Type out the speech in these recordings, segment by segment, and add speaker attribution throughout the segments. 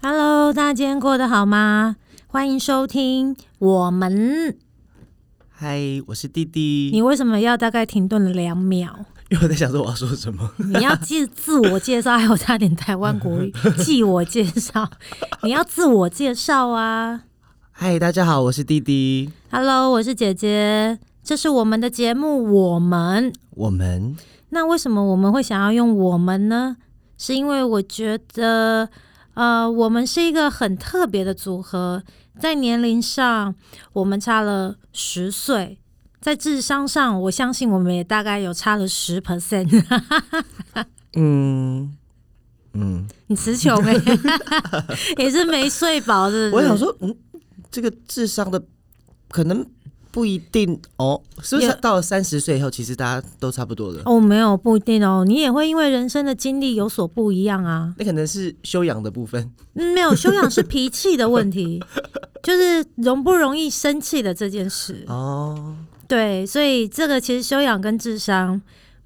Speaker 1: Hello，大家今天过得好吗？欢迎收听我们。
Speaker 2: 嗨，我是弟
Speaker 1: 你
Speaker 2: 弟。
Speaker 1: 为什么要大概停顿了两秒？
Speaker 2: 因为我在想说我要说什么，
Speaker 1: 你要自自我介绍，还有差点台湾国语，自我介绍，你要自我介绍啊。
Speaker 2: 嗨，大家好，我是弟弟。
Speaker 1: Hello，我是姐姐，这是我们的节目，我们。
Speaker 2: 我们
Speaker 1: 那为什么我们会想要用我们呢？是因为我觉得，呃，我们是一个很特别的组合，在年龄上我们差了十岁，在智商上，我相信我们也大概有差了十 percent。
Speaker 2: 嗯嗯，
Speaker 1: 你词穷哎， 也是没睡饱，是不
Speaker 2: 我
Speaker 1: 是？
Speaker 2: 想说，嗯，这个智商的可能不一定哦，是不是
Speaker 1: 有
Speaker 2: 到了三十岁以后，其实大家都差不多了？
Speaker 1: 哦，没有不一定哦，你也会因为人生的经历有所不一样啊。
Speaker 2: 那可能是修养的部分。
Speaker 1: 嗯，没有修养是脾气的问题， 就是容不容易生气的这件事。
Speaker 2: 哦，
Speaker 1: 对，所以这个其实修养跟智商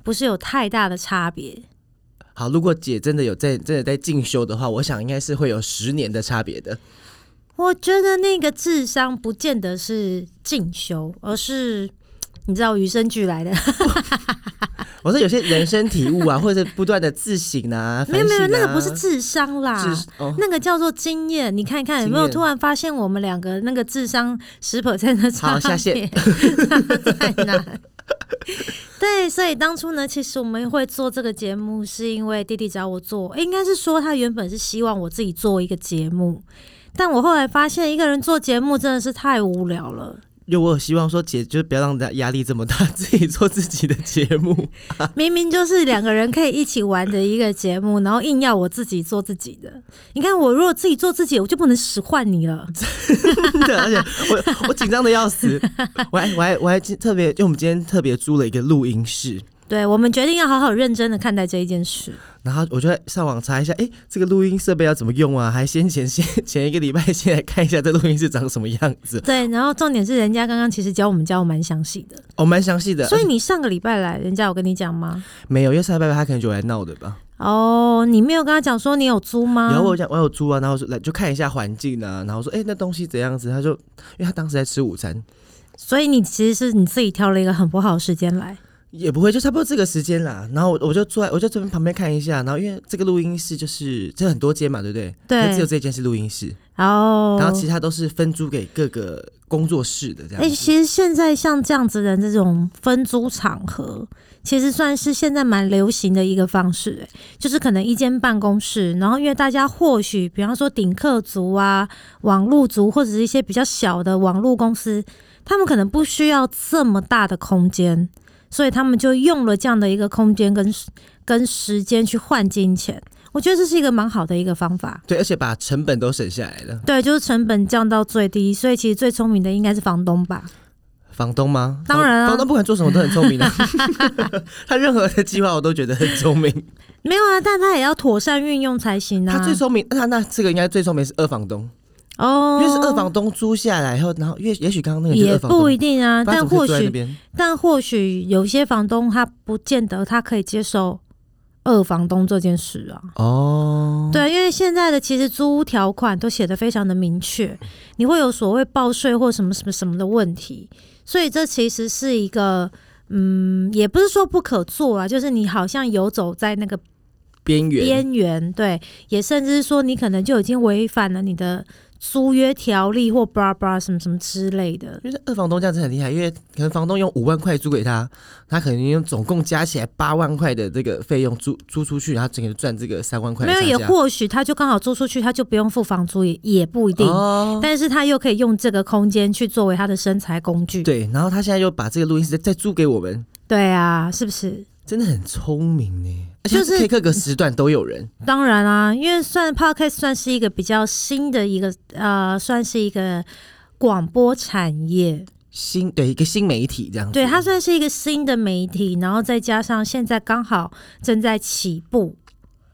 Speaker 1: 不是有太大的差别。
Speaker 2: 好，如果姐真的有在真的在进修的话，我想应该是会有十年的差别的。
Speaker 1: 我觉得那个智商不见得是进修，而是你知道与生俱来的。
Speaker 2: 我说有些人生体悟啊， 或者不断的自省啊，
Speaker 1: 没有没有，
Speaker 2: 反省
Speaker 1: 那
Speaker 2: 啊
Speaker 1: 个不是智商啦，
Speaker 2: 智哦，
Speaker 1: 那个叫做经验。你看一看有没有
Speaker 2: 经验
Speaker 1: 突然发现我们两个那个智商十 percent 的差
Speaker 2: 好下
Speaker 1: 别
Speaker 2: 线？
Speaker 1: 太难。对，所以当初呢，其实我们会做这个节目，是因为弟弟找我做，诶应该是说他原本是希望我自己做一个节目，但我后来发现一个人做节目真的是太无聊 了。
Speaker 2: 因为我有希望说姐就是不要让大家压力这么大， 自己做自己的节目。
Speaker 1: 明明就是两个人可以一起玩的一个节目，然后硬要我自己做自己的。你看，我如果自己做自己，我就不能使唤你了。
Speaker 2: 对，而且我我紧张的要死，我还我还我还今特别，就我们今天特别租了一个录音室，
Speaker 1: 对，我们决定要好好认真的看待这一件事。
Speaker 2: 然后我就上网查一下，哎、这个录音设备要怎么用啊？还先前先前一个礼拜先来看一下这录音室长什么样子，
Speaker 1: 对，然后重点是，人家刚刚其实教我们教我蛮详细的，
Speaker 2: 哦，蛮详细的。
Speaker 1: 所以
Speaker 2: 而且
Speaker 1: 你上个礼拜来，人家有跟你讲吗？
Speaker 2: 没有，因为上礼拜他可能就来闹的吧。
Speaker 1: 哦，你没有跟他讲说你有租吗？
Speaker 2: 然后我有讲我有租啊，然后我就来就看一下环境啊，然后说哎、诶那东西怎样子？他就因为他当时在吃午餐，
Speaker 1: 所以你其实是你自己挑了一个很不好的时间来。
Speaker 2: 也不会，就差不多这个时间啦。然后我我就坐在我就这边旁边看一下，然后因为这个录音室就是这很多间嘛，对不对？
Speaker 1: 对
Speaker 2: 它只有这间是录音室，
Speaker 1: 哦，
Speaker 2: 然后其他都是分租给各个工作室的这
Speaker 1: 哎、
Speaker 2: 样子。
Speaker 1: 其实现在像这样子的这种分租场合，其实算是现在蛮流行的一个方式、哎，就是可能一间办公室，然后因为大家或许，比方说顶客族啊、网络族或者是一些比较小的网络公司，他们可能不需要这么大的空间，所以他们就用了这样的一个空间跟时跟时间去换金钱。我觉得这是一个蛮好的一个方法，
Speaker 2: 对，而且把成本都省下来了。
Speaker 1: 对，就是成本降到最低，所以其实最聪明的应该是房东吧。
Speaker 2: 房东吗？
Speaker 1: 当然啊
Speaker 2: 房房东不管做什么都很聪 明的、啊他任何的计划我都觉得很聪明。
Speaker 1: 没有啊，但他也要妥善运用才行啊。
Speaker 2: 他最聪明，那那这个应该最聪明是二房东，
Speaker 1: 哦
Speaker 2: 因，为是二房东租下来以后，然后因为也许刚刚那个就是
Speaker 1: 也
Speaker 2: 二房东，
Speaker 1: 不一定啊，
Speaker 2: 不
Speaker 1: 但
Speaker 2: 然怎么
Speaker 1: 或
Speaker 2: 会坐在那
Speaker 1: 许
Speaker 2: 边
Speaker 1: 但或许有些房东他不见得他可以接受二房东这件事啊。
Speaker 2: 哦，
Speaker 1: 对，啊因为现在的其实租屋条款都写得非常的明确，你会有所谓报税或什么什么什么的问题，所以这其实是一个，嗯，也不是说不可做啊，就是你好像游走在那个
Speaker 2: 边缘
Speaker 1: 边缘，对，也甚至是说你可能就已经违反了你的租约条例或 blah blah 什么什么之类的。
Speaker 2: 因为二房东这样子很厉害，因为可能房东用五万块租给他，他可能用总共加起来八万块的这个费用租租出去，然后整个赚这个三万块
Speaker 1: 没
Speaker 2: 的
Speaker 1: 有，
Speaker 2: 差价。
Speaker 1: 也或许他就刚好租出去，他就不用付房租也，也不一定。
Speaker 2: 哦，
Speaker 1: 但是他又可以用这个空间去作为他的身材工具。
Speaker 2: 对，然后他现在又把这个录音室再再租给我们，
Speaker 1: 对啊，是不是？
Speaker 2: 真的很聪明呢。而
Speaker 1: 就
Speaker 2: 且
Speaker 1: 是
Speaker 2: 可以各个时段都有人，
Speaker 1: 当然啊，因为算 podcast 算是一个比较新的一个呃，算是一个广播产业。
Speaker 2: 新对一个新媒体这样子。
Speaker 1: 对，它算是一个新的媒体，然后再加上现在刚好正在起步，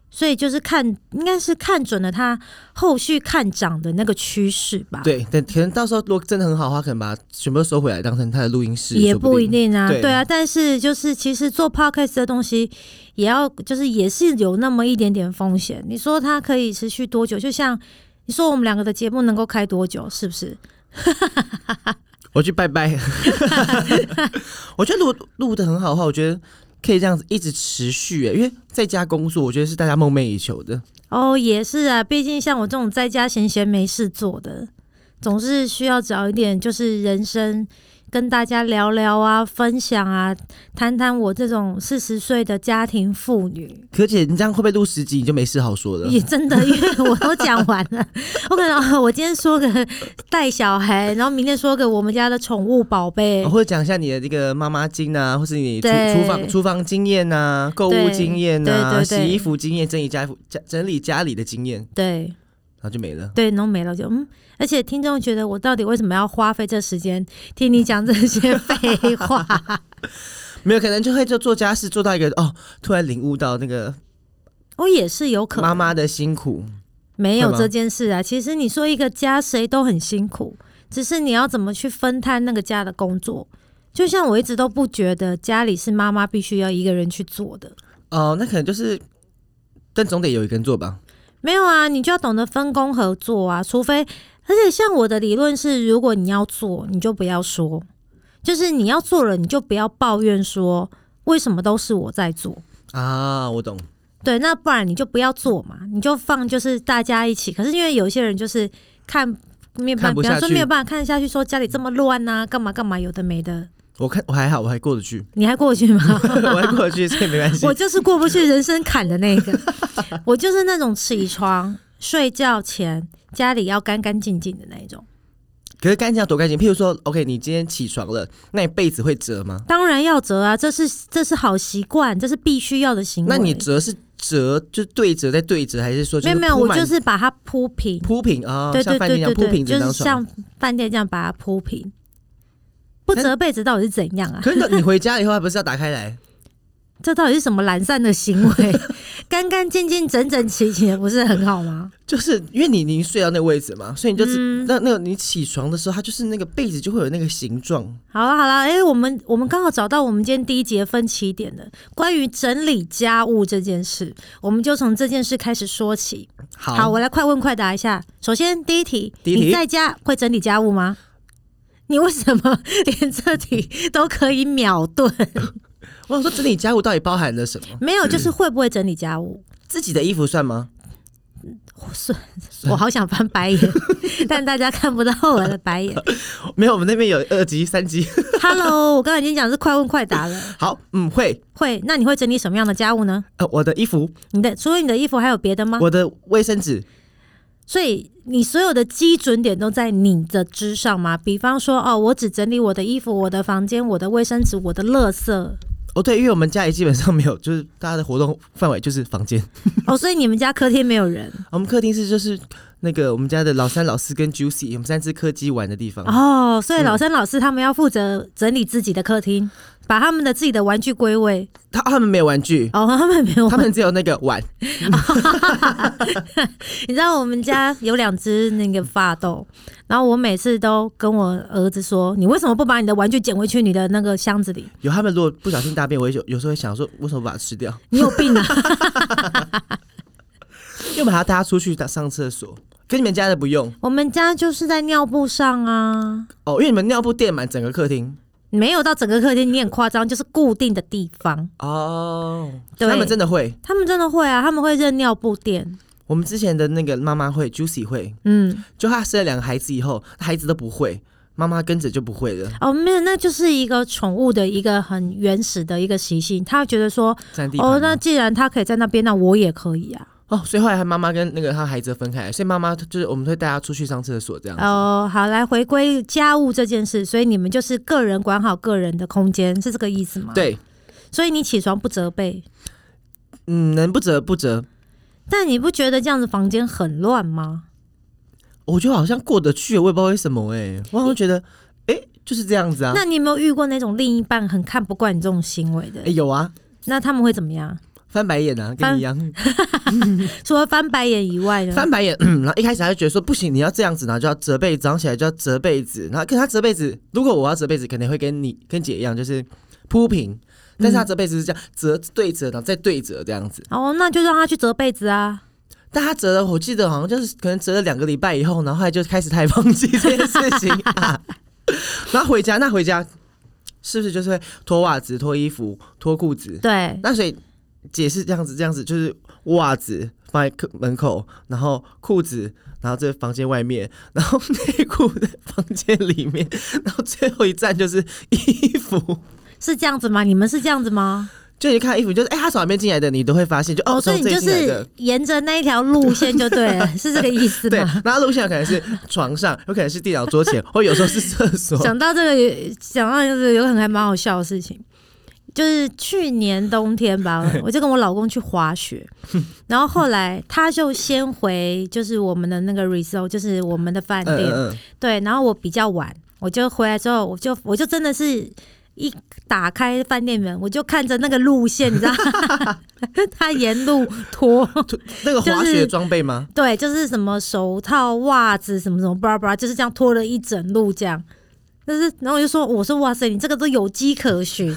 Speaker 1: 所以就是看，应该是看准了它后续看涨的那个趋势吧。，
Speaker 2: 对，但可能到时候如果真的很好的话，可能把它全部都收回来当成他的录音室，
Speaker 1: 也
Speaker 2: 说不
Speaker 1: 不一。定啊，
Speaker 2: 对
Speaker 1: 对啊。但是就是其实做 podcast 的东西，也要就是也是有那么一点点风险。你说它可以持续多久？就像你说我们两个的节目能够开多久？是不是？
Speaker 2: 我去 拜拜。我觉得录录的很好的话，我觉得可以这样子一直持续、欸，因为在家工作，我觉得是大家梦寐以求的。
Speaker 1: 哦，也是啊，毕竟像我这种在家闲闲没事做的，总是需要找一点就是人生跟大家聊聊啊，分享啊，谈谈我这种四十岁的家庭妇女。
Speaker 2: 可姐，你这样会不会录十集你就没事好说了？
Speaker 1: 也真的，因为我都讲完了，我可能哦我今天说个带小孩，然后明天说个我们家的宠物宝贝
Speaker 2: 哦。或者讲一下你的这个妈妈经啊，或是你厨
Speaker 1: 对
Speaker 2: 厨房厨房经验呐、啊、购物经验呐、啊、
Speaker 1: 对对对
Speaker 2: 洗衣服经验、整理家家整理家里的经验，
Speaker 1: 对
Speaker 2: 然后就没了。
Speaker 1: 对，然后没了就嗯，而且听众觉得我到底为什么要花费这时间听你讲这些废话？
Speaker 2: 没有，可能就会就做家事做到一个哦，突然领悟到那个
Speaker 1: 我哦也是有可能啊
Speaker 2: 妈妈的辛苦。
Speaker 1: 没有
Speaker 2: 会吗
Speaker 1: 这件事啊。其实你说一个家谁都很辛苦，只是你要怎么去分摊那个家的工作。就像我一直都不觉得家里是妈妈必须要一个人去做的，
Speaker 2: 哦，那可能就是，但总得有一个人做吧。
Speaker 1: 没有啊，你就要懂得分工合作啊。除非，而且像我的理论是，如果你要做，你就不要说，就是你要做了，你就不要抱怨说为什么都是我在做。
Speaker 2: 啊，我懂。
Speaker 1: 对，那不然你就不要做嘛，你就放就是大家一起。可是因为有些人就是看没有办法，
Speaker 2: 看不
Speaker 1: 比方
Speaker 2: 下
Speaker 1: 说
Speaker 2: 去
Speaker 1: 没有办法看下去，说家里这么乱呐、干嘛干嘛，有的没的，
Speaker 2: 我看我还好，我还过得去，
Speaker 1: 你还过去吗？
Speaker 2: 我还过得去，所以没关系
Speaker 1: 我。就是过不去人生坎的那个，我就是那种起床睡觉前家里要干干净净的那一种。
Speaker 2: 可是干净要多干净，譬如说，OK，你今天起床了，那你被子会折吗？
Speaker 1: 当然要折啊，这是这是好习惯，这是必须要的行为。
Speaker 2: 那你折是折，就对折再对折，还是说
Speaker 1: 没有没有，
Speaker 2: 铺
Speaker 1: 我
Speaker 2: 满
Speaker 1: 就是把它铺平。
Speaker 2: 铺平啊？
Speaker 1: 对对
Speaker 2: 像饭店
Speaker 1: 对
Speaker 2: 一样
Speaker 1: 对
Speaker 2: 铺
Speaker 1: 对，
Speaker 2: 平
Speaker 1: 就
Speaker 2: 整
Speaker 1: 是
Speaker 2: 张床。
Speaker 1: 像饭店这样把它铺平。不折被子到底是怎样啊？
Speaker 2: 可是你回家以后，还不是要打开来？
Speaker 1: 这到底是什么懒散的行 为？干干净净、整整齐齐的，不是很好吗？
Speaker 2: 就是因为你你已经睡到那个位置嘛，所以你就是、
Speaker 1: 嗯
Speaker 2: 那那个你起床的时候，它就是那个被子就会有那个形状。
Speaker 1: 好了好了，哎、我们我们刚好找到我们今天第一节分歧点了，关于整理家务这件事，我们就从这件事开始说起。
Speaker 2: 好，
Speaker 1: 我来快问快答一下。首先第一题，
Speaker 2: 第一题
Speaker 1: 你在家会整理家务吗？你为什么 连这题都可以秒遁？
Speaker 2: 我想说整理家务到底包含了什么？
Speaker 1: 没有，就是会不会整理家务？
Speaker 2: 自己的衣服算吗？
Speaker 1: 我是我好想翻白眼，但大家看不到我的白眼。
Speaker 2: 没有，我们那边有二级、三级。
Speaker 1: Hello，我刚才已经讲是快问快答了。
Speaker 2: 好，嗯，会。
Speaker 1: 会，那你会整理什么样的家务呢？
Speaker 2: 呃，我的衣服，
Speaker 1: 你的除了你的衣服，还有别的吗？
Speaker 2: 我的卫生纸，
Speaker 1: 所以你所有的基准点都在你的之上吗？比方说，哦，我只整理我的衣服、我的房间、我的卫生纸、我的垃圾。
Speaker 2: 哦，对，因为我们家里基本上没有，就是大家的活动范围就是房间。
Speaker 1: 哦，所以你们家客厅没有人
Speaker 2: 我们客厅是就是那个我们家的老三、老四跟 Juicy，我们三只柯基玩的地方。
Speaker 1: 哦，所以老三、老四他们要负责整理自己的客厅，把他们的自己的玩具归位。
Speaker 2: 他他们没有玩具，
Speaker 1: 哦，他们没有
Speaker 2: 他们只有那个碗。
Speaker 1: 你知道我们家有两只那个发豆，然后我每次都跟我儿子说：“你为什么不把你的玩具捡回去你的那个箱子里？
Speaker 2: 有他们如果不小心大便，我有有时候会想说，为什么把它吃掉？
Speaker 1: 你有病啊
Speaker 2: 因为我们还要带它出去上厕所。跟你们家的不用！”
Speaker 1: 我们家就是在尿布上啊，
Speaker 2: 哦，因为你们尿布垫满整个客厅
Speaker 1: 没有到整个客厅，你很夸张，就是固定的地方。
Speaker 2: 哦。
Speaker 1: 对
Speaker 2: 他们真的会。
Speaker 1: 他们真的会啊，他们会认尿布垫。
Speaker 2: 我们之前的那个妈妈会 Juicy 会，
Speaker 1: 嗯，
Speaker 2: 就她生了两个孩子以后，孩子都不会，妈妈跟着就不会了，
Speaker 1: 哦，没有，那就是一个宠物的一个很原始的一个习性，他会觉得说，
Speaker 2: 占地盘
Speaker 1: 哦，
Speaker 2: 嘛。
Speaker 1: 那既然他可以在那边，那我也可以啊。
Speaker 2: 哦，所以后来她妈妈跟那个她孩子分开来，所以妈妈就是我们会带她出去上厕所这样子。
Speaker 1: 哦，好，来回归家务这件事，所以你们就是个人管好个人的空间，是这个意思吗？，
Speaker 2: 对，
Speaker 1: 所以你起床不责备，
Speaker 2: 嗯，能不折不折，
Speaker 1: 但你不觉得这样子房间很乱吗？
Speaker 2: 我觉得好像过得去，我也不知道为什么哎、我好像觉得哎、诶就是这样子啊。
Speaker 1: 那你有没有遇过那种另一半很看不惯你这种行为的？
Speaker 2: 诶有啊，
Speaker 1: 那他们会怎么样？
Speaker 2: 翻白眼啊，跟
Speaker 1: 翻
Speaker 2: 你一样，
Speaker 1: 除了翻白眼以外呢？
Speaker 2: 翻白眼。嗯然后一开始他就觉得说不行，你要这样子，然后就要折被子，早上起来就要折被子。然后跟他折被子，如果我要折被子，肯定会跟你跟姐一样，就是铺平。
Speaker 1: 嗯
Speaker 2: 但是他折被子是这样折对折，然后再对折这样子。
Speaker 1: 哦，那就让他去折被子啊。
Speaker 2: 但他折了，我记得好像就是可能折了两个礼拜以后，然后后来就开始太忘记这件事情啊。 然后回家，那回家是不是就是会脱袜子、脱衣服、脱裤子？
Speaker 1: 对，
Speaker 2: 那所以解释这样子，这样子就是袜子放在客门口，然后裤子，然后这房间外面，然后内裤在房间里面，然后最后一站就是衣服。
Speaker 1: 是这样子吗？你们是这样子吗？
Speaker 2: 就你看衣服，就是哎、他从哪边进来的，你都会发现就，哦，
Speaker 1: 所以
Speaker 2: 从
Speaker 1: 你
Speaker 2: 这
Speaker 1: 就
Speaker 2: 里进来的
Speaker 1: 是。沿着那一条路线就对 了，是这个意思
Speaker 2: 对
Speaker 1: 吗？，
Speaker 2: 然后路线有可能是床上，有可能是电脑桌前， 或有时候是厕 所。
Speaker 1: 讲到这个，讲到就是有很还蛮好笑的事情，就是去年冬天吧，我就跟我老公去滑雪，然后后来他就先回就是我们的那个 resort，就是我们的饭
Speaker 2: 嗯
Speaker 1: 店，
Speaker 2: 嗯嗯，
Speaker 1: 对，然后我比较晚，我就回来之后，我就我就真的是。一打开饭店门，我就看着那个路线，你知道， 他沿路拖，
Speaker 2: 那个滑
Speaker 1: 就是
Speaker 2: 雪装备吗？
Speaker 1: 对，就是什么手套、袜子什么什么，巴拉巴拉，就是这样拖了一整路这样。但是，然后我就说，我说哇塞，你这个都有迹可循、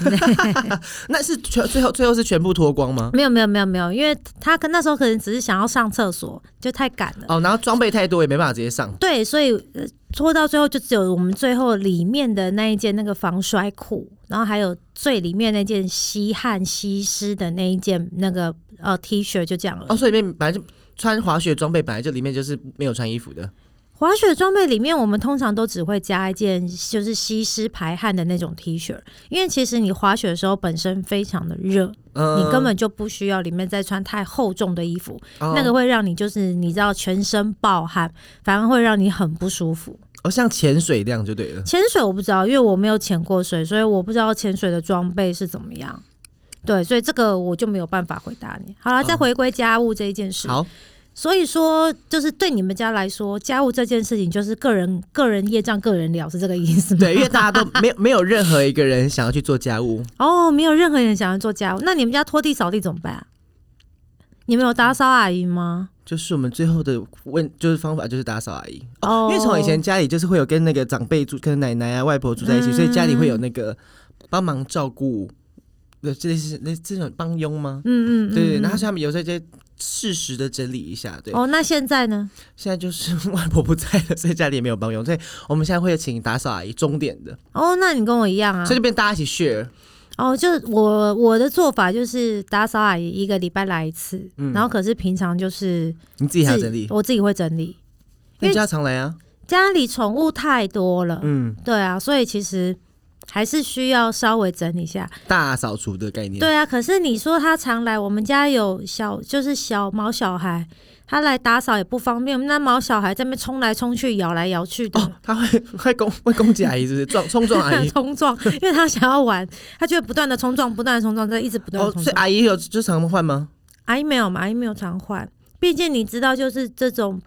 Speaker 2: 那是全最后最后是全部脱光吗？
Speaker 1: 没有没有没有没有，因为他可那时候可能只是想要上厕所，就太赶了。
Speaker 2: 哦，然后装备太多也没办法直接上。
Speaker 1: 对，所以呃拖到最后就只有我们最后里面的那一件那个防摔裤，然后还有最里面那件吸汗吸湿的那一件那个呃 T 恤，就这样了。
Speaker 2: 哦，所以里面本来就穿滑雪装备，本来就里面就是没有穿衣服的。
Speaker 1: 滑雪装备里面，我们通常都只会加一件就是吸湿排汗的那种 T 恤，因为其实你滑雪的时候本身非常的热，
Speaker 2: 嗯，
Speaker 1: 你根本就不需要里面再穿太厚重的衣服，
Speaker 2: 哦
Speaker 1: 那个会让你就是你知道全身暴汗，反而会让你很不舒服。
Speaker 2: 哦，像潜水那样就对了。
Speaker 1: 潜水我不知道，因为我没有潜过水，所以我不知道潜水的装备是怎么样。对，所以这个我就没有办法回答你。好了，
Speaker 2: 嗯
Speaker 1: 再回归家务这一件事。
Speaker 2: 好，
Speaker 1: 所以说，就是对你们家来说，家务这件事情就是个人个人业障，个人了，是这个意思吗？
Speaker 2: 对，因为大家都没有没有任何一个人想要去做家务，
Speaker 1: 哦，没有任何人想要做家务，那你们家拖地扫地怎么办啊、你们有打扫阿姨吗？
Speaker 2: 就是我们最后的问就是方法就是打扫阿姨。
Speaker 1: 哦
Speaker 2: 因为从以前家里就是会有跟那个长辈住，跟奶奶啊、外婆住在一起，
Speaker 1: 嗯
Speaker 2: 所以家里会有那个帮忙照顾的，这是那这种帮佣吗？
Speaker 1: 嗯嗯嗯，
Speaker 2: 对对，
Speaker 1: 嗯
Speaker 2: 然后他们有时候就会适时的整理一下，对。
Speaker 1: 哦，那现在呢？
Speaker 2: 现在就是 外婆不在了，所以家里也没有帮佣，所以我们现在会请打扫阿姨钟点的，
Speaker 1: 哦，那你跟我一样啊
Speaker 2: 所以。就变大家一起 share。
Speaker 1: 哦，就是我我的做法就是打扫阿姨一个礼拜来一次，
Speaker 2: 嗯
Speaker 1: 然后可是平常就是
Speaker 2: 你自己还要整理，
Speaker 1: 我自己哦会整理。
Speaker 2: 那你家常来
Speaker 1: 哦
Speaker 2: 啊。
Speaker 1: 家里宠物太多了，
Speaker 2: 嗯，
Speaker 1: 对啊，所以其实还是需要稍微整理一下。
Speaker 2: 大扫除的概念。
Speaker 1: 对啊，可是你说他常来，我们家有小就是小毛小孩，他来打扫也不方便。那毛小孩在那边冲来冲去、咬来咬去的，？
Speaker 2: 哦，他会会攻会攻击阿姨，是不是撞冲撞阿姨
Speaker 1: 冲 撞，因为他想要玩，他就会不断的冲撞，不断的冲撞，再一直不断啊
Speaker 2: 哦
Speaker 1: 的，冲
Speaker 2: 所以
Speaker 1: 撞。
Speaker 2: 阿姨有就常换吗？
Speaker 1: 阿姨没有嘛，阿姨没有常换，毕竟你知道，就是这种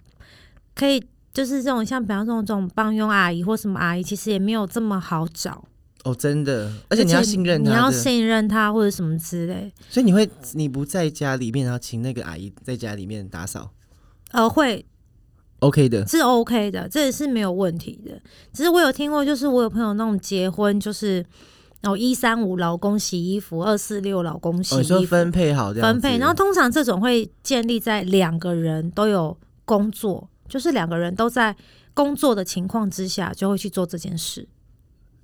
Speaker 1: 可以。就是这种像比方说这种帮佣阿姨或什么阿姨，其实也没有这么好找，
Speaker 2: 哦，真的，而且你要信任
Speaker 1: 你
Speaker 2: 她
Speaker 1: 要
Speaker 2: 的
Speaker 1: 信任她或者什么之类。
Speaker 2: 所以你会你不在家里面，然后请那个阿姨在家里面打扫
Speaker 1: 呃，会
Speaker 2: ，OK 的。
Speaker 1: 是 OK 的，这也是没有问题的。只是我有听过，就是我有朋友那种结婚，就是哦一三五老公洗衣服，二四六老公洗
Speaker 2: 哦，你说
Speaker 1: 衣服、
Speaker 2: 分配好这样
Speaker 1: 分
Speaker 2: 子
Speaker 1: 配，然后通常这种会建立在两个人都有工作，就是两个人都在工作的情况之下，就会去做这件事。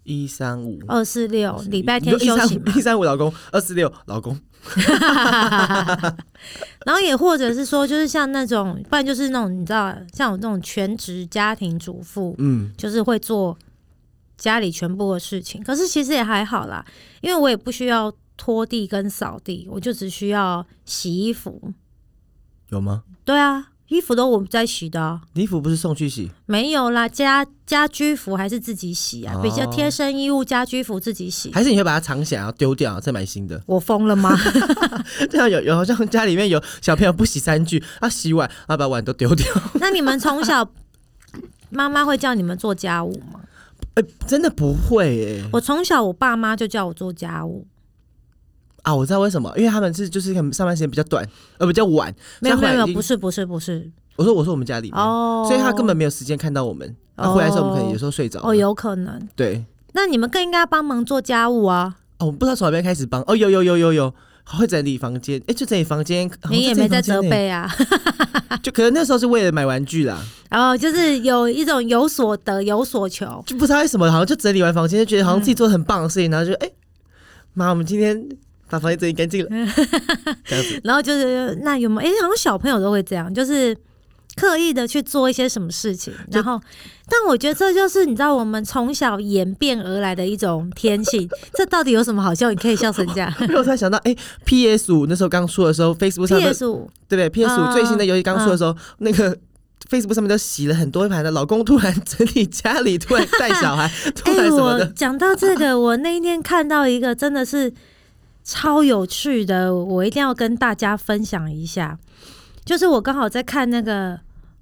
Speaker 2: 一三五
Speaker 1: 二四六礼拜天休息嘛
Speaker 2: 一，三五老公，二四六老公，
Speaker 1: 然后也或者是说，就是像那种，不然就是那种你知道，像我这种全职家庭主妇，
Speaker 2: 嗯，
Speaker 1: 就是会做家里全部的事情。可是其实也还好啦，因为我也不需要拖地跟扫地，我就只需要洗衣服。
Speaker 2: 有吗？
Speaker 1: 对啊，衣服都我在洗的啊、
Speaker 2: 你衣服不是送去洗？
Speaker 1: 没有啦，家家居服还是自己洗啊，
Speaker 2: 哦
Speaker 1: 比较贴身衣物，家居服自己洗。
Speaker 2: 还是你会把它藏起来，然后丢掉，再买新的？
Speaker 1: 我疯了吗？
Speaker 2: 这样有有好像家里面有小朋友不洗三句，他洗碗，他把碗都丢掉。
Speaker 1: 那你们从小 妈妈会叫你们做家务吗？
Speaker 2: 哎、真的不会耶、
Speaker 1: 我从小我爸妈就叫我做家务，
Speaker 2: 啊！我知道为什么，因为他们是就是可能上班时间比较短，呃，比较晚。
Speaker 1: 没有
Speaker 2: 所
Speaker 1: 没
Speaker 2: 以
Speaker 1: 有没
Speaker 2: 他回来
Speaker 1: 有，
Speaker 2: 已经
Speaker 1: 不是不是不是
Speaker 2: 我说我说我们家里面
Speaker 1: 哦，
Speaker 2: 所以他根本没有时间看到我们。他、回来的时候，我们可能有时候睡着了。
Speaker 1: 哦有可能。
Speaker 2: 对
Speaker 1: 那你们更应该帮忙做家务啊。
Speaker 2: 哦，我不知道从哪边开始帮。哦，有有有有有，会整理房间，哎、就整理房间，好像
Speaker 1: 你也
Speaker 2: 是整
Speaker 1: 没
Speaker 2: 理
Speaker 1: 在
Speaker 2: 房间
Speaker 1: 责
Speaker 2: 欸，
Speaker 1: 备啊，
Speaker 2: 就可能那时候是为了买玩具啦，
Speaker 1: 然后就是有一种有所得有所求，
Speaker 2: 就不知道为什么，好像就整理完房间就觉得好像自己做的很棒的事情，然后就哎，妈、我们今天把房间整理干 净了，这样子，
Speaker 1: 然后就是那有没有？哎、好像小朋友都会这样，就是刻意的去做一些什么事情，然后，但我觉得这就是你知道我们从小演变而来的一种天性，这到底有什么好笑？你可以笑成这样。
Speaker 2: 因为我突然想到，哎、p s 五那时候刚出的时候，Facebook 上面
Speaker 1: P.S. 五，
Speaker 2: 对不对？PS 五
Speaker 1: 嗯
Speaker 2: 最新的游戏刚出的时候，那个 Facebook 上面都洗了很多盘的，老公突然整理家里，突然带小孩，突
Speaker 1: 哎、
Speaker 2: 然什么
Speaker 1: 我
Speaker 2: 的，
Speaker 1: 讲到这个，我那一天看到一个真的是超有趣的，我一定要跟大家分享一下。就是我刚好在看那个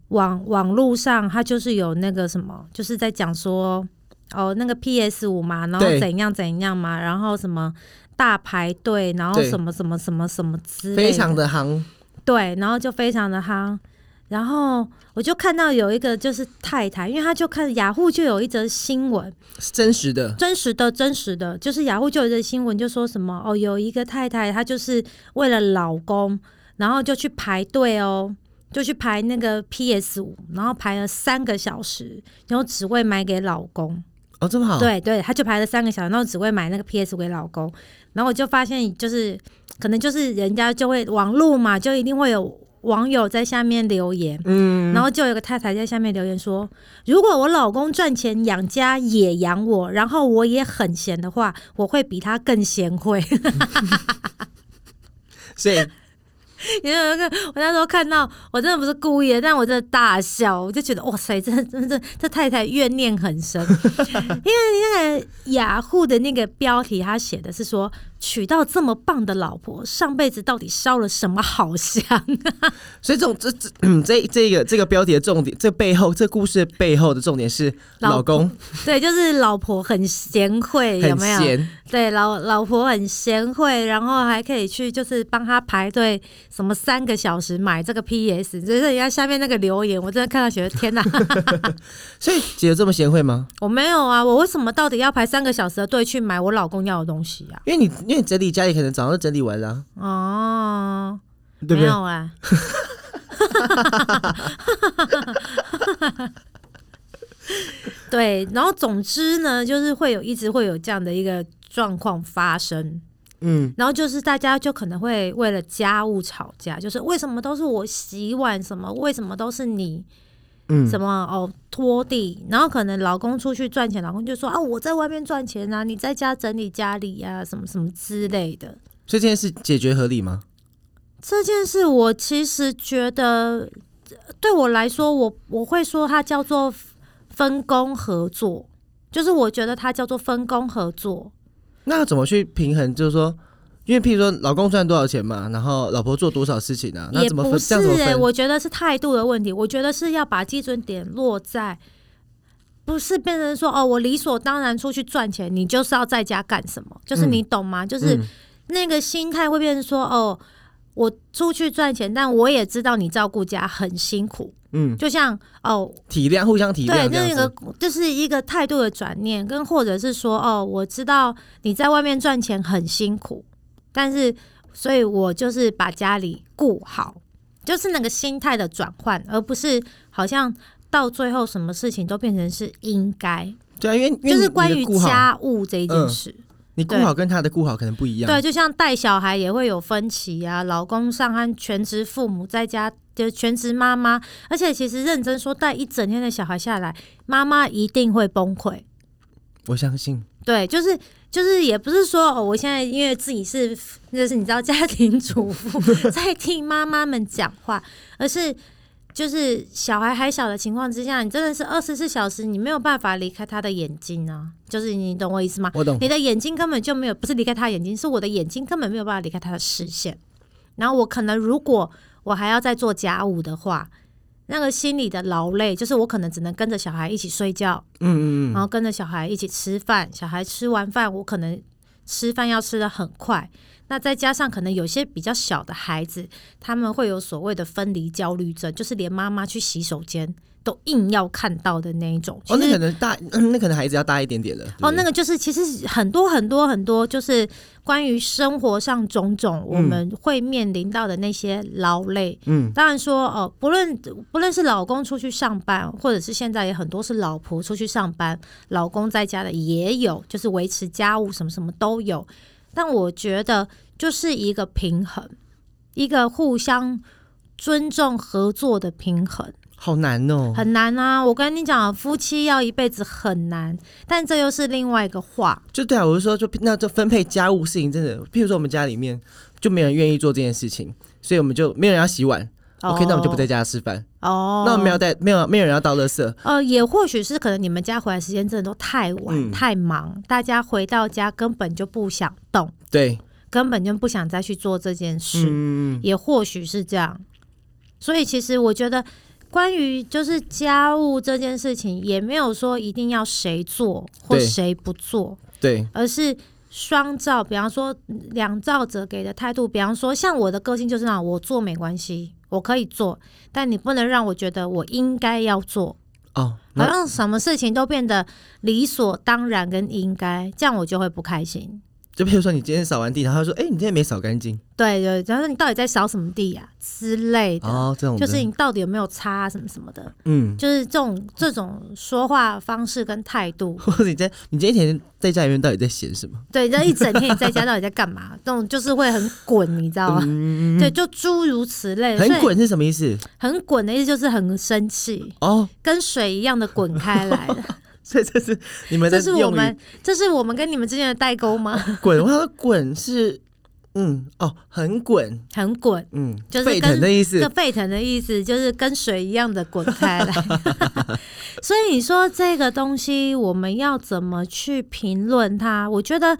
Speaker 1: 网网络上，它就是有那个什么，就是在讲说哦，那个 PS 五嘛，然后
Speaker 2: 对
Speaker 1: 怎样怎样嘛，然后什么大排队，然后
Speaker 2: 对
Speaker 1: 什么什么什么什么之类的，
Speaker 2: 非常的行，
Speaker 1: 对，然后就非常的夯。然后我就看到有一个就是太太，因为她就看雅虎就有一则新闻，
Speaker 2: 是真实的。
Speaker 1: 真实的，真实的，就是雅虎就有一个新闻，就说什么哦，有一个太太她就是为了老公，然后就去排队哦，就去排那个 PS 五，然后排了三个小时，然后只为买给老公。
Speaker 2: 哦，这么好，
Speaker 1: 对对，她就排了三个小时，然后只为买那个 PS 五给老公。然后我就发现，就是可能就是人家就会网络嘛，就一定会有网友在下面留言，
Speaker 2: 嗯，
Speaker 1: 然后就有个太太在下面留言说：“如果我老公赚钱养家也养我，然后我也很闲的话，我会比他更贤惠。
Speaker 2: 所以”
Speaker 1: 因为那个我那时候看到，我真的不是故意的，但我真的大笑，我就觉得哇塞，真的真的这太太怨念很深。 因为那个雅虎的那个标题，他写的是说娶到这么棒的老婆，上辈子到底烧了什么好香？
Speaker 2: 所以这种这这嗯这这个这个标题的重点，这背后这故事背后的重点是
Speaker 1: 老
Speaker 2: 老公
Speaker 1: 对，就是老婆很贤惠，有
Speaker 2: 很
Speaker 1: 没有？
Speaker 2: 闲，
Speaker 1: 对，老老婆很贤惠，然后还可以去就是帮她排队，什么三个小时买这个 PS，就是人家下面那个留言，我真的看到觉得天哪，
Speaker 2: 所以姐有这么贤惠吗？
Speaker 1: 我没有啊，我为什么到底要排三个小时的队去买我老公要的东西啊？
Speaker 2: 因为你因为你整理家里可能早上就整理完了啊、
Speaker 1: 哦，
Speaker 2: 对不
Speaker 1: 没
Speaker 2: 对？
Speaker 1: 有啊，对，然后总之呢，就是会有一直会有这样的一个状况发生。
Speaker 2: 嗯，
Speaker 1: 然后就是大家就可能会为了家务吵架，就是为什么都是我洗碗，什么为什么都是你，
Speaker 2: 嗯
Speaker 1: 什么哦拖地，然后可能老公出去赚钱，老公就说啊我在外面赚钱啊，你在家整理家里啊，什么什么之类的。
Speaker 2: 所以这件事解决合理吗？
Speaker 1: 这件事我其实觉得呃对我来说，我我会说它叫做分工合作，就是我觉得它叫做分工合作。
Speaker 2: 那要怎么去平衡？就是说，因为譬如说，老公赚多少钱嘛，然后老婆做多少事情啊？那
Speaker 1: 也
Speaker 2: 怎么
Speaker 1: 不
Speaker 2: 分？
Speaker 1: 是
Speaker 2: 这样怎么
Speaker 1: 欸
Speaker 2: 分？
Speaker 1: 我觉得是态度的问题。我觉得是要把基准点落在，不是变成说哦，我理所当然出去赚钱，你就是要在家干什么？就是
Speaker 2: 嗯
Speaker 1: 你懂吗？就是
Speaker 2: 嗯
Speaker 1: 那个心态会变成说哦，我出去赚钱，但我也知道你照顾家很辛苦。
Speaker 2: 嗯，
Speaker 1: 就像哦，
Speaker 2: 体谅，互相体
Speaker 1: 对，
Speaker 2: 谅，这样
Speaker 1: 那
Speaker 2: 子。
Speaker 1: 个就是一个态度的转念，跟或者是说，哦，我知道你在外面赚钱很辛苦，但是所以我就是把家里顾好，就是那个心态的转换，而不是好像到最后什么事情都变成是应该，
Speaker 2: 对啊，因为因为
Speaker 1: 就是
Speaker 2: 你
Speaker 1: 关
Speaker 2: 你
Speaker 1: 于
Speaker 2: 的顾好
Speaker 1: 家务这一件
Speaker 2: 嗯
Speaker 1: 事。
Speaker 2: 你顾好跟他的顾好可能不一样。
Speaker 1: 对，就像带小孩也会有分歧啊，老公上和全职父母在家就全职妈妈，而且其实认真说，带一整天的小孩下来，妈妈一定会崩溃。
Speaker 2: 我相信。
Speaker 1: 对，就是就是，也不是说哦，我现在因为自己是就是你知道家庭主妇 在替妈妈们讲话，而是就是小孩还小的情况之下，你真的是二十四小时你没有办法离开他的眼睛啊，就是你懂我意思吗？
Speaker 2: 我懂
Speaker 1: 你，的眼睛根本就没有，不是离开他的眼睛，是我的眼睛根本没有办法离开他的视线。然后我可能如果我还要再做家务的话，那个心里的劳累，就是我可能只能跟着小孩一起睡觉，
Speaker 2: 嗯嗯
Speaker 1: 然后跟着小孩一起吃饭。小孩吃完饭，我可能吃饭要吃的很快，那再加上可能有些比较小的孩子，他们会有所谓的分离焦虑症，就是连妈妈去洗手间都硬要看到的那一种。其
Speaker 2: 哦，那
Speaker 1: 实
Speaker 2: 可能大，嗯那可能孩子要大一点点了。
Speaker 1: 哦，
Speaker 2: 对不对
Speaker 1: 那个就是其实很多很多很多，就是关于生活上种种我们会面临到的那些劳累。
Speaker 2: 嗯，
Speaker 1: 当然说哦，不论不论是老公出去上班，或者是现在也很多是老婆出去上班，老公在家的也有，就是维持家务什么什么都有。但我觉得就是一个平衡，一个互相尊重合作的平衡。
Speaker 2: 好难哦。
Speaker 1: 很难啊！我跟你讲，夫妻要一辈子很难，但这又是另外一个话。
Speaker 2: 就对啊，我就说，就那就分配家务事情，真的，譬如说我们家里面就没有人愿意做这件事情，所以我们就没有人要洗碗。OK，那我们哦就不在家吃饭，
Speaker 1: 哦。
Speaker 2: 那我们没有带，没有没有人要倒垃圾。
Speaker 1: 呃，也或许是可能你们家回来时间真的都太晚、
Speaker 2: 嗯
Speaker 1: 太忙，大家回到家根本就不想动，
Speaker 2: 对，
Speaker 1: 根本就不想再去做这件事。
Speaker 2: 嗯，
Speaker 1: 也或许是这样，所以其实我觉得。关于就是家务这件事情，也没有说一定要谁做或
Speaker 2: 对
Speaker 1: 谁不做，
Speaker 2: 对，
Speaker 1: 而是双照，比方说嗯两照者给的态度，比方说像我的个性就是那种我做没关系，我可以做，但你不能让我觉得我应该要做，
Speaker 2: 哦，
Speaker 1: 好
Speaker 2: 那
Speaker 1: 像什么事情都变得理所当然跟应该，这样我就会不开心。
Speaker 2: 就譬如说你今天扫完地，然后他说，哎、你今天没扫干净
Speaker 1: 对对，然后你到底在扫什么地呀、之类的。
Speaker 2: 哦，这种的
Speaker 1: 就是你到底有没有擦什么什么的，
Speaker 2: 嗯，
Speaker 1: 就是这种这种说话方式跟态度，
Speaker 2: 或者你在你今天一天在家里面到底在闲什么？
Speaker 1: 对，那一整天你在家到底在干嘛？ 这种就是会很滚，你知道
Speaker 2: 嗯
Speaker 1: 吗？对，就诸如此类，呃
Speaker 2: 很
Speaker 1: 所以
Speaker 2: 滚是什么意思？
Speaker 1: 很滚的意思就是很生气，
Speaker 2: 哦，
Speaker 1: 跟水一样的滚开来 了。
Speaker 2: 所以这是你们
Speaker 1: 这
Speaker 2: 的
Speaker 1: 是我
Speaker 2: 用语
Speaker 1: 们，这是我们跟你们之间的代沟吗？
Speaker 2: 滚，我想说滚是，嗯，哦，很滚，
Speaker 1: 很滚，
Speaker 2: 嗯，
Speaker 1: 就是
Speaker 2: 沸
Speaker 1: 跟
Speaker 2: 腾的意思
Speaker 1: 这，沸腾的意思就是跟水一样的滚开 来。 所以你说这个东西，我们要怎么去评论它？我觉得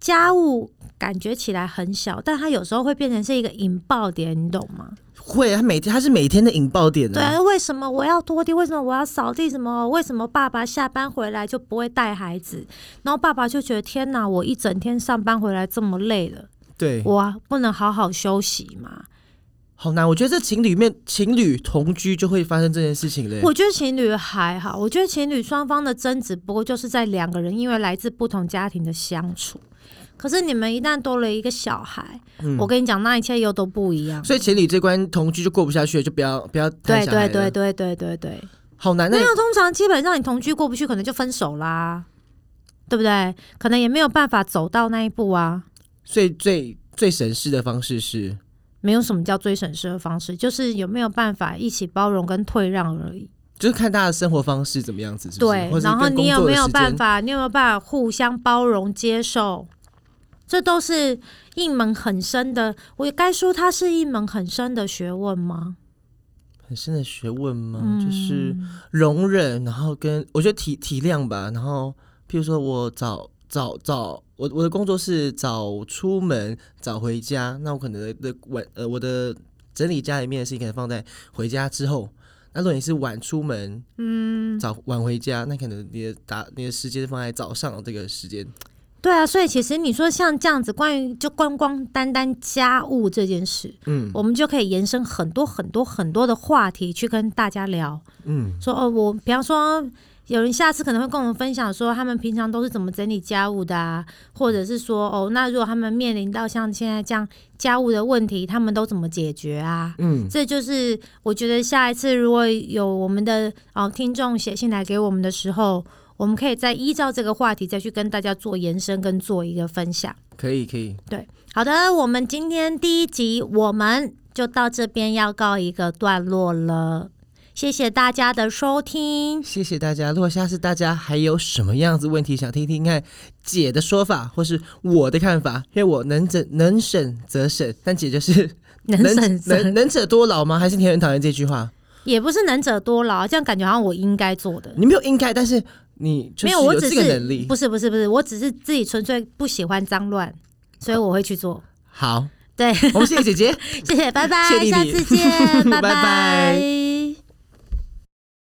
Speaker 1: 家务感觉起来很小，但它有时候会变成是一个引爆点，你懂吗？
Speaker 2: 会，他每天他是每天的引爆点呢、
Speaker 1: 对啊，为什么我要拖地？为什么我要扫地？什么？为什么爸爸下班回来就不会带孩子？然后爸爸就觉得天哪，我一整天上班回来这么累了，
Speaker 2: 对，
Speaker 1: 我不能好好休息吗？
Speaker 2: 好难。我觉得这情侣里面情侣同居就会发生这件事情嘞。
Speaker 1: 我觉得情侣还好，我觉得情侣双方的争执不过就是在两个人因为来自不同家庭的相处。可是你们一旦多了一个小孩，
Speaker 2: 嗯
Speaker 1: 我跟你讲，那一切又都不一样。
Speaker 2: 所以情侣这关同居就过不下去了，就不要不要
Speaker 1: 对
Speaker 2: 谈小孩
Speaker 1: 对
Speaker 2: 了
Speaker 1: 对，对对对对。
Speaker 2: 好难。那
Speaker 1: 那样通常基本上你同居过不去，可能就分手啦，对不对？可能也没有办法走到那一步啊。
Speaker 2: 所以最最省事的方式是，
Speaker 1: 没有什么叫最省事的方式，就是有没有办法一起包容跟退让而已。
Speaker 2: 就是看大家的生活方式怎么样子，是不是
Speaker 1: 对
Speaker 2: 或，是
Speaker 1: 然后
Speaker 2: 跟
Speaker 1: 你
Speaker 2: 工
Speaker 1: 有
Speaker 2: 作的
Speaker 1: 没有
Speaker 2: 时间
Speaker 1: 办法？你有没有办法互相包容接受？这都是一门很深的，我该说它是一门很深的学问吗？
Speaker 2: 很深的学问吗？
Speaker 1: 嗯
Speaker 2: 哦就是容忍，然后跟我觉得体体谅吧。然后譬如说我早早早，我我的工作是早出门早回家，那我可能的晚呃我的整理家里面的事情可能放在回家之后。那如果你是晚出门，嗯，早晚回家，那可能你的打你的时间放在早上这个时间，
Speaker 1: 对啊，所以其实你说像这样子，关于就光光单单家务这件事，
Speaker 2: 嗯
Speaker 1: 我们就可以延伸很多很多很多的话题去跟大家聊。
Speaker 2: 嗯，
Speaker 1: 说哦，我比方说，有人下次可能会跟我们分享说，他们平常都是怎么整理家务的啊，或者是说哦，那如果他们面临到像现在这样家务的问题，他们都怎么解决啊？
Speaker 2: 嗯，
Speaker 1: 这就是我觉得下一次如果有我们的哦听众写信来给我们的时候，我们可以再依照这个话题再去跟大家做延伸跟做一个分享。
Speaker 2: 可以可以，
Speaker 1: 好的，我们今天第一集我们就到这边要告一个段落了，谢谢大家的收听。
Speaker 2: 谢谢大家。如果下次大家还有什么样子问题想听听看姐的说法，或是我的看法，因为我能整能省则省，但姐就是
Speaker 1: 能
Speaker 2: 能
Speaker 1: 省
Speaker 2: 能
Speaker 1: 省
Speaker 2: 能者多劳吗？还是你很讨厌这句话？
Speaker 1: 也不是能者多劳，这样感觉好像我应该做的。
Speaker 2: 你没有应该，但是你就是
Speaker 1: 没有，我只
Speaker 2: 这个
Speaker 1: 是
Speaker 2: 能力
Speaker 1: 不。是不是不是，我只是自己纯粹不喜欢脏乱，所以我会去做。
Speaker 2: 好，
Speaker 1: 对，
Speaker 2: 我们谢谢姐姐。
Speaker 1: 谢谢，拜拜，
Speaker 2: 谢谢弟弟
Speaker 1: 下次见，
Speaker 2: 拜拜
Speaker 1: 拜